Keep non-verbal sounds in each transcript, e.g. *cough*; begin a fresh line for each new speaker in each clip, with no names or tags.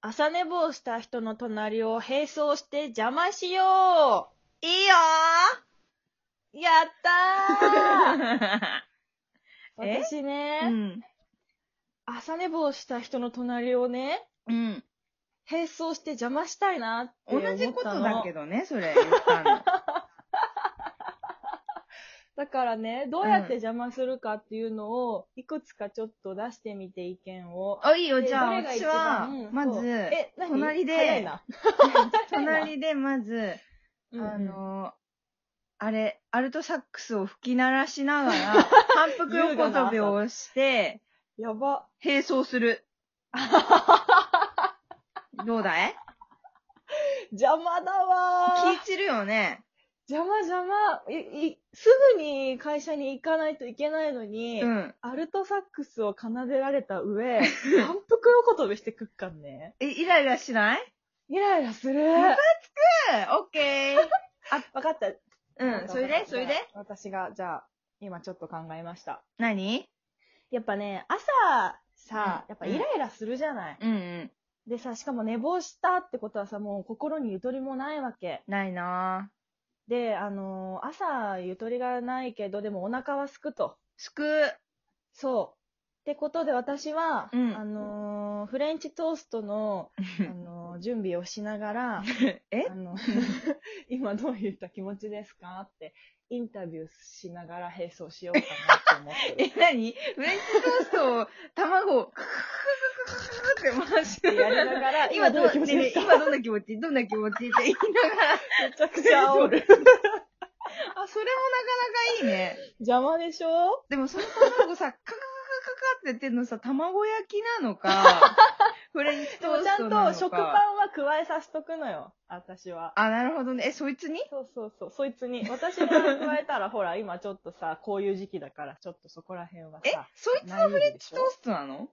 朝寝坊した人の隣を並走して邪魔しよ
いいよーやった
う
え
私 *laughs*
ー
ね、
うん。
朝寝坊した人の隣をね、
うん。
並走して邪魔したいなって思
同
ったの。
じことだけどね、それ言ったの。
だからね、どうやって邪魔するかっていうのを、いくつかちょっと出してみて意見を。
*laughs* あ、いいよ、
で
じゃあ
どれが一
私
番
は
う、ん
ま
そう
ず、
え、何
隣で
早いな
*laughs* 隣でまず、
*laughs* うんうん
あの、あれ、アルトサックスを吹き鳴ら
*laughs*
しながら、反復横跳びをして、
やば。
並走
*laughs*
する。どうだい
邪魔だわ
聞い
ー。
てるよね。
邪魔邪魔。い、い、すぐに会社に行かないといけないのに、
うん。
アルトサックスを奏でられた *laughs* 上、反復横跳びしてくっかんね。
え、イライラしない
イライラする。
うんオッケ
わかった。
ー。うん、それでそれで
私が、じゃあ、今ちょっと考えました。
何
やっぱね、朝、さ、
うん
やっぱイライラするじゃない。
うんうん。
でさ、しかも寝坊したってことはさ、もう心にゆとりもないわけ。
ないなぁ。
で、あのー朝、ゆとりがないけど、でもお腹はすくと。
すく、
そう。ってことで私は、
うん
あのーフレンチトーストの、あのー準備をしながら、
*laughs* え
あの *laughs* 今どういった気持ちですかって、インタビューしながら並走しようかなって思ってる。
え、何フレンチトーストを、卵を、クククククククって回 *laughs* して
やりながら、
今
今どういう
どう
気持ちですか、
今どんな気持ちどんな気持ちって言いながら。
めちゃくちゃ煽る。
あ、それもなかなかいいね。
*laughs* 邪魔でしょ
でもその卵さ、カカカカカカって言ってんのさ、卵焼きなのか、フレンチ
で
ト
も
ー
ちゃ
ス
ん
トなのか。
と食パンは加えさせとくのよ、私は。
あ、なるほどね。え、そいつに
そうそうそう、そいつに。私が加えたら、ほら、今ちょっとさ、こういう時期だから、ちょっとそこら辺は
え
さ。、
そいつのフレンチトーストなの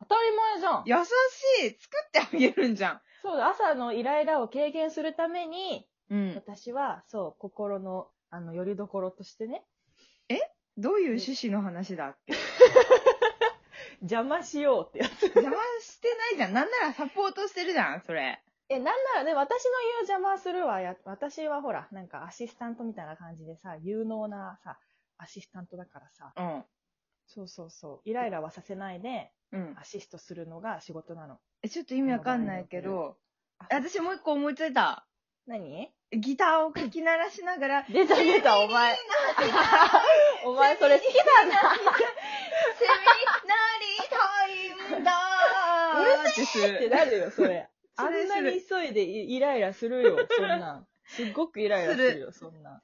当たり前じゃん。
優しい作ってあげるんじゃん。
そうだ、朝のイライラを軽減するために、
うん。
私は、そう、心の、あの、よりどころとしてね、
どういう趣旨の話だっけ
邪魔しようってやつ。
邪魔してないじゃん。なんならサポートしてるじゃん、それ。
え、なんならね、私の言う邪魔するわ、や、私はほら、なんかアシスタントみたいな感じでさ、有能なさ、アシスタントだからさ、
うん。
そうそうそう、イライラはさせないで、
うん。
アシストするのが仕事なの。
えちょっと意味わかんないけど、
あ
私もう一個思いついた。
何
ギターをかき鳴らしな *laughs* がら、
出た出た、お前。 *laughs* お前それ好きなんだ。
セミなりたいんだ
うる *laughs*
せ
ってなるよ、 *laughs* それ。
そ
あ
れ
んなに急いでイイライラするよ、そんなん。すっごくイライラするよ、そんなん。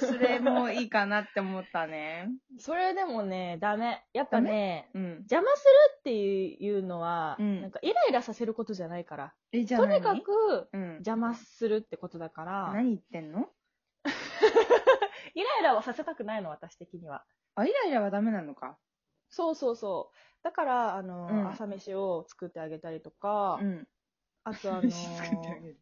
それもいいかなって思ったね。
それでもね、ダメ。やっぱね、
うん。
邪魔するっていうのは、
うん
なんかイライラさせることじゃないから。
え、じゃあ
とに
何
かく、
うん。
邪魔するってことだから、
何言ってんの
イライラはさせたくないの、私的には。
あ、イライラはダメなのか。
そうそうそう。だから、あの、
うん
朝飯を作ってあげたりとか、
うん。
あとあの
飯作ってあげる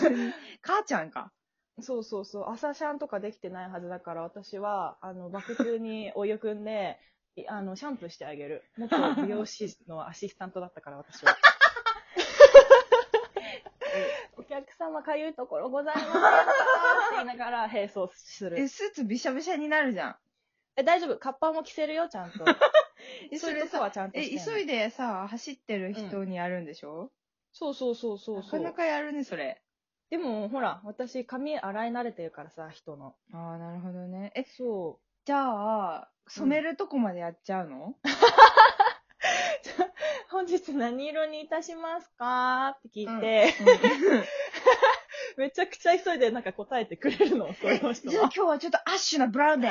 *laughs* 母ちゃんか。
そうそうそう、朝シャンとかできてないはずだから、私は、あの、バク中にお湯汲んで、い *laughs* あの、シャンプーしてあげる。元美容師のアシスタントだったから、私 *laughs* は。お客様かゆいところございませんかって言いながら並走す
え、
る。
スーツびしゃびしゃになるじゃん。
え、大丈夫。カッパも着せるよ、ちゃんと。
え、
そういうとこはちゃんと
え、
してんの
急いでさ、走ってる人にやるんでしょ、
そうそうそうそう
な
そ
か
う。
なかやるね、それ。
でも、ほら、私、髪洗い慣れてるからさ、人の。
ああ、なるほどね。え、
そう。
じゃあ、染めるとこまでやっちゃうの、
*laughs* 本日何色にいたしますかって聞いて、めちゃくちゃ急いでなんか答えてく *laughs* れるの、そういう人
じゃあ今
は。
日はちょっとアッシュなブラウンで。
あ、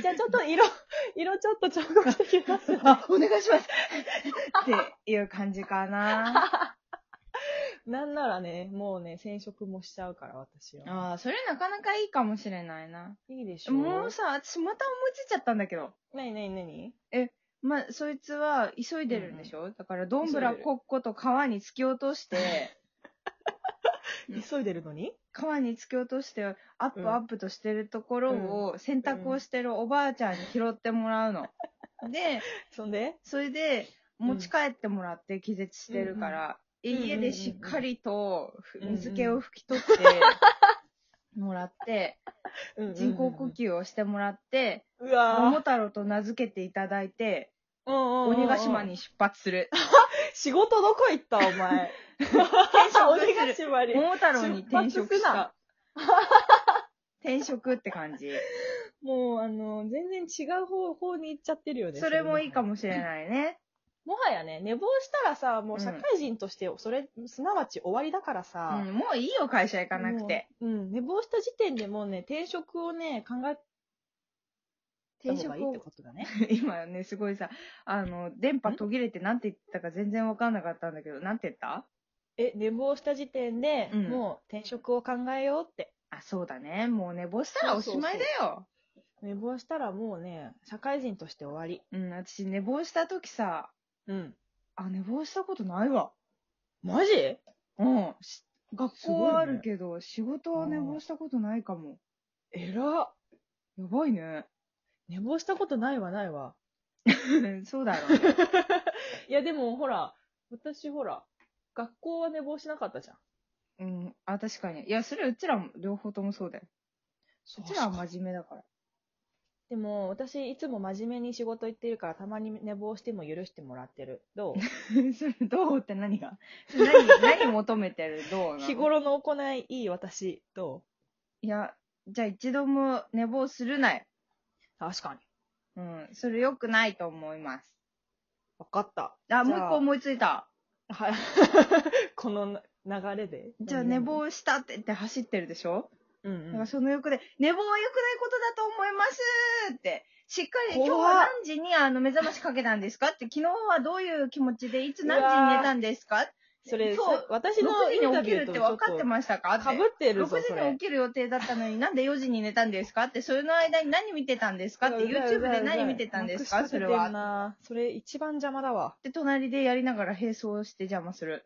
じゃあちょっと色、 *laughs* 色ちょっと調合してきます。
あ、お願いします。っていう感じか *laughs* な。
なんならね、もうね、染色もしちゃうから、私は。
ああ、それなかなかいいかもしれないな。
いいでしょ
もうさ、私また思いついちゃったんだけど。
なになになに
まあ、そいつは急いでるんでしょ、だから、どんぶらこっこと川に突き落として、うん
急いでるのに
川に突き落として、アッ
う
プ
ん
アップとしてるところを、洗濯をしてるおばあちゃんに拾ってもらうの。で、
そんで
それで、持ち帰ってもらって気絶してるから、
ん
家でしっかりとふ
うんうん
水気を拭き取ってもらって、人工呼。吸をしてもらって、
う
桃
わ
太郎と名付けていただいて、
ぁ。
鬼ヶ島。に出発する。
仕事どこ行ったお *laughs* 前。 *laughs* 鬼ヶ島に。
桃太郎に転職
出発
し
すな
た。転職って感じ。
もう、あの、全然違う方向に行っちゃってるよね。
それもいいか
も。
もしれないね。
もはやね、寝坊したらさ、もう社会人として、それ、すなわち終わりだから
う
さ。
ん、もういいよ、会社行かなくて。
もう。うん、寝坊した時点でもうね、転職をね、考えた
転
方が
職
いいって
を *laughs*
ことだね。
今ね、すごいさ、あの、電波途切れてなんて言ったか全然わかんなかったんだけど、なんて言った
え、寝坊した時点で、
うん
もう転職を考えようって。
あ、そうだね。もう寝坊したらおしまいだよ。
寝坊したらもうね、社会人として終わり。
うん、私寝坊した時さ、
うん。
あ、寝坊したことないわ。
マジ
うん。し学
すごい
校
ね
はあるけど、仕事は寝坊したことないかも。
えら。
やばいね。 *laughs*
寝坊したことないわ、ないわ。
そうだろうね。
いや、でもほら、私ほら、学校は寝坊しなかったじゃん。
うん。あ、確かに。いや、それうちらも両方ともそうだよ。
そう
ちらは真面目
*laughs*
だから。
でも、私、いつも真面目に仕事行ってるから、たまに寝坊しても許してもらってる。ど
それどうって何
*laughs*
がそれ何、何求めてるどうな
う
の
*laughs* 日頃の行い、いい私、ど
いや、じゃあ一度も寝坊するなよ。
う確かに。
うん。それ良くないと思います。
わかった。 *laughs*
あ、
じ
も
ゃ
う
あ
一個思いついた。
はい。この流れで。
じゃあ寝坊したって言って走ってるでしょ、
うん
だ
う
か
ん
ら。その欲で、寝坊は良くないことだと思いますって。しっかり今
怖っ
日は何時にあの目覚ましかけたんですか
*laughs*
って、昨日はどういう気持ちでいつ何時に寝たんですか
それ、
今日
そ私
?6
のイ
時に
ンタ
起
ビ
き
ュ
る
ー
っ
と
て
ち
分
ょ
かって
っ
ましたか
と
って
か。ぶってる
6
ぞ、そ
時に
れ
起。きる予定だったのになんで4時に寝たんですかって、それの間に何見てたんですかって、
うざいうざいう
YouTube
ざい
で何見てたんですか
なくし
そ
立
れ
ててん
は。っ
なそれ一番邪魔だ
*laughs*
わ。
て隣でやりながら並走して邪魔する。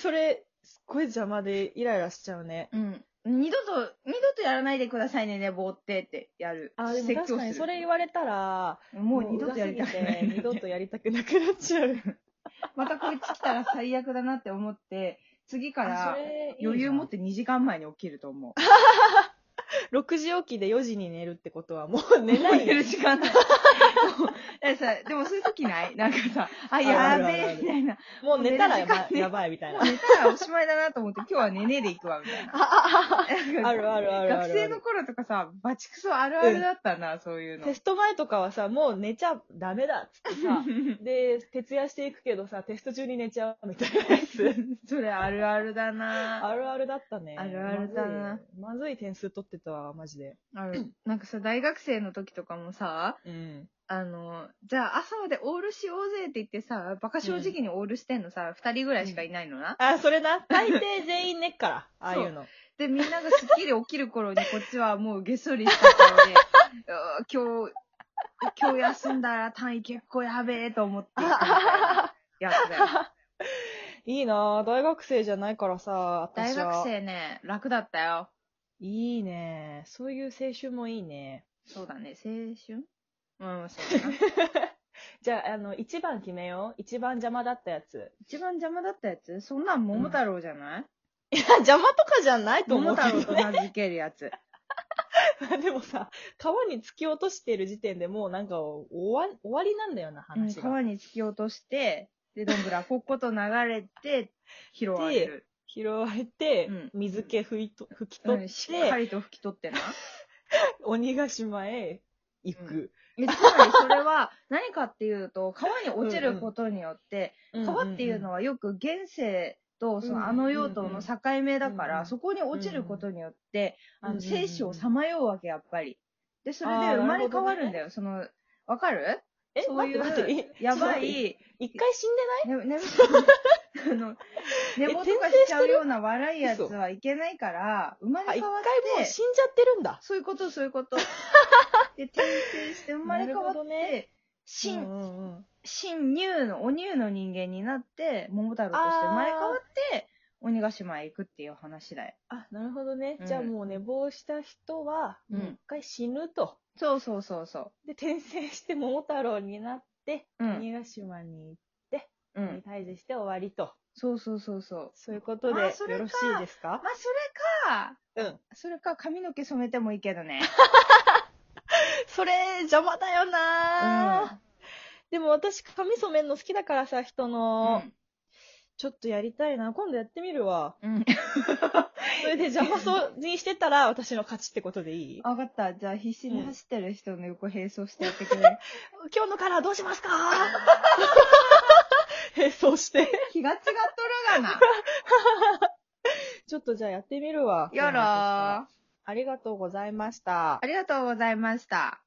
それ、すっごい邪魔でイライラしちゃうね。
うん。二度と、二度とやらないでくださいね、寝坊ってってやる。
あ、でも確かにそれ言われたら、
れ、もう二度とやりたくな
もううざすぎて二
い。
度とやりたくなくなっちゃう。
*laughs* またこいつ来たら最悪だなって思って、次か
あそ
ら
れいいじゃん
余裕持って2時間前に起きると思う。
6時起きで4時に寝るってことはもう寝な
もう寝る
い。
時間ない。 *laughs* えさ、でもそういう時ないなんかさ、あ、
あ
や
る
べ
あるあ
え
る、
みたいな。
もう寝たら
寝
や
る時間
ば
ね
やばいみたい
も
な
う。寝たらおしまいだなと思って、今日は寝ねえで行くわ、みたいな。なんか
あるあるあるある。
学生の頃とかさ、バチクソあるあるだったな、そういうの
テ。スト前とかはさ、もう寝ちゃダメだっつってさ、で、徹夜していくけどさ、テスト中に寝ちゃうみたいなやつ。
それあるあるだな。
あるあるだったね。
あるあるだな
まずい。まずい点数取ってたわ、マジで。
ある。なんかさ、大学生の時とかもさ、
うん。
あの、じゃあ朝までオールしようぜって言ってさ、バカ正直にオールしてんのさ、二、人ぐらいしかいないのな。
あ、それな。大抵全員寝っから、ああいうの。
で、みんながすっきり起きる *laughs* 頃にこっちはもうげそりした顔で、うー今日、今日休んだら単位結構やべえと思 *laughs* って行くみたいなやつだよ。
いいなぁ大学生じゃないからさ、
大
私は。
学。生ね、楽だったよ。
いいねそういう青春もいいね。
そうだね、青春うん、そうだな。
じゃあ、あの、一番決めよう。一番邪魔だったや
*laughs*
つ。
*laughs* 一番邪魔だったやつそんなん桃太郎じゃない、
いや、邪魔とかじゃない *laughs* と思
桃
うけ
太郎
ど
と
ね。
名付けるやつ。
*laughs* でもさ、川に突き落としてる時点でもうなんか終わ終わりなんだよな、
うん、
*laughs* 話が。
川に突き落として、で、どんぐらこっこと流れて、拾われる。
拾われて、
うん
水気拭いと拭き
う
取
ん、
っ、
してっかりと拭き取ってな。
鬼ヶ島へ行く。
えつまりそれは *laughs* 何かっていうと、川に落ちることによって、川っていうの
は、
はよく現世とそ
うん
のあの用途の境目だか
うんう
ら、
ん
そこに落ちることによって、あ
うんう
の、
ん
生死をさまようわけ、やっぱり。で、それ
あ
で
ー
生ま
な
れ
るほど
変
ね
わるんだよ。その、わかる
え、
そういう
待って待って、え
やば。
ちょっと待って
い、
一回死んでない
ね、 *laughs* ね、あの、寝坊とかしちゃうような悪いやつはいけないから、生ま
あ、
れ
一
変
回
わっ
もう
て、
死んじゃってるんだ。
そういうこと、そういうこと。で、転生して生まれ変わ
な
っ
るほど
て
ね、
新、
うんうんうん
新乳の、お乳の人間になって、桃太郎として生まれ変わって、鬼ヶ島へ行くっていう話だよ。
あ、なるほどね
うん。
じゃあもう寝坊した人は、
うん
もう一回死ぬと。
そうそうそうそ
で、転生して桃太郎になって、
うん
鬼ヶ島に行っ退治して終わりと。
そうそうそうそう。
そういうことで
あ
よ
それか
ろしいですか
まあ、それか。
うん。
それか髪の毛染めてもいいけどね。
それ、邪魔だよな、
うん
でも私、髪染めるの好きだからさ、人の。ちょっとやりたいな。今度やってみるわ。
うん。
*laughs* それで邪魔そうにしてたら私の勝ちってことでいい
あわかった。じゃあ必死に
うん
走ってる人の横並走してやってくれ。
*laughs* 今日のカラーどうしますかえ、そうして。
気が違っとるがな。
ちょっとじゃあやってみるわ。
やらー。
ありがとうございました。
ありがとうございました。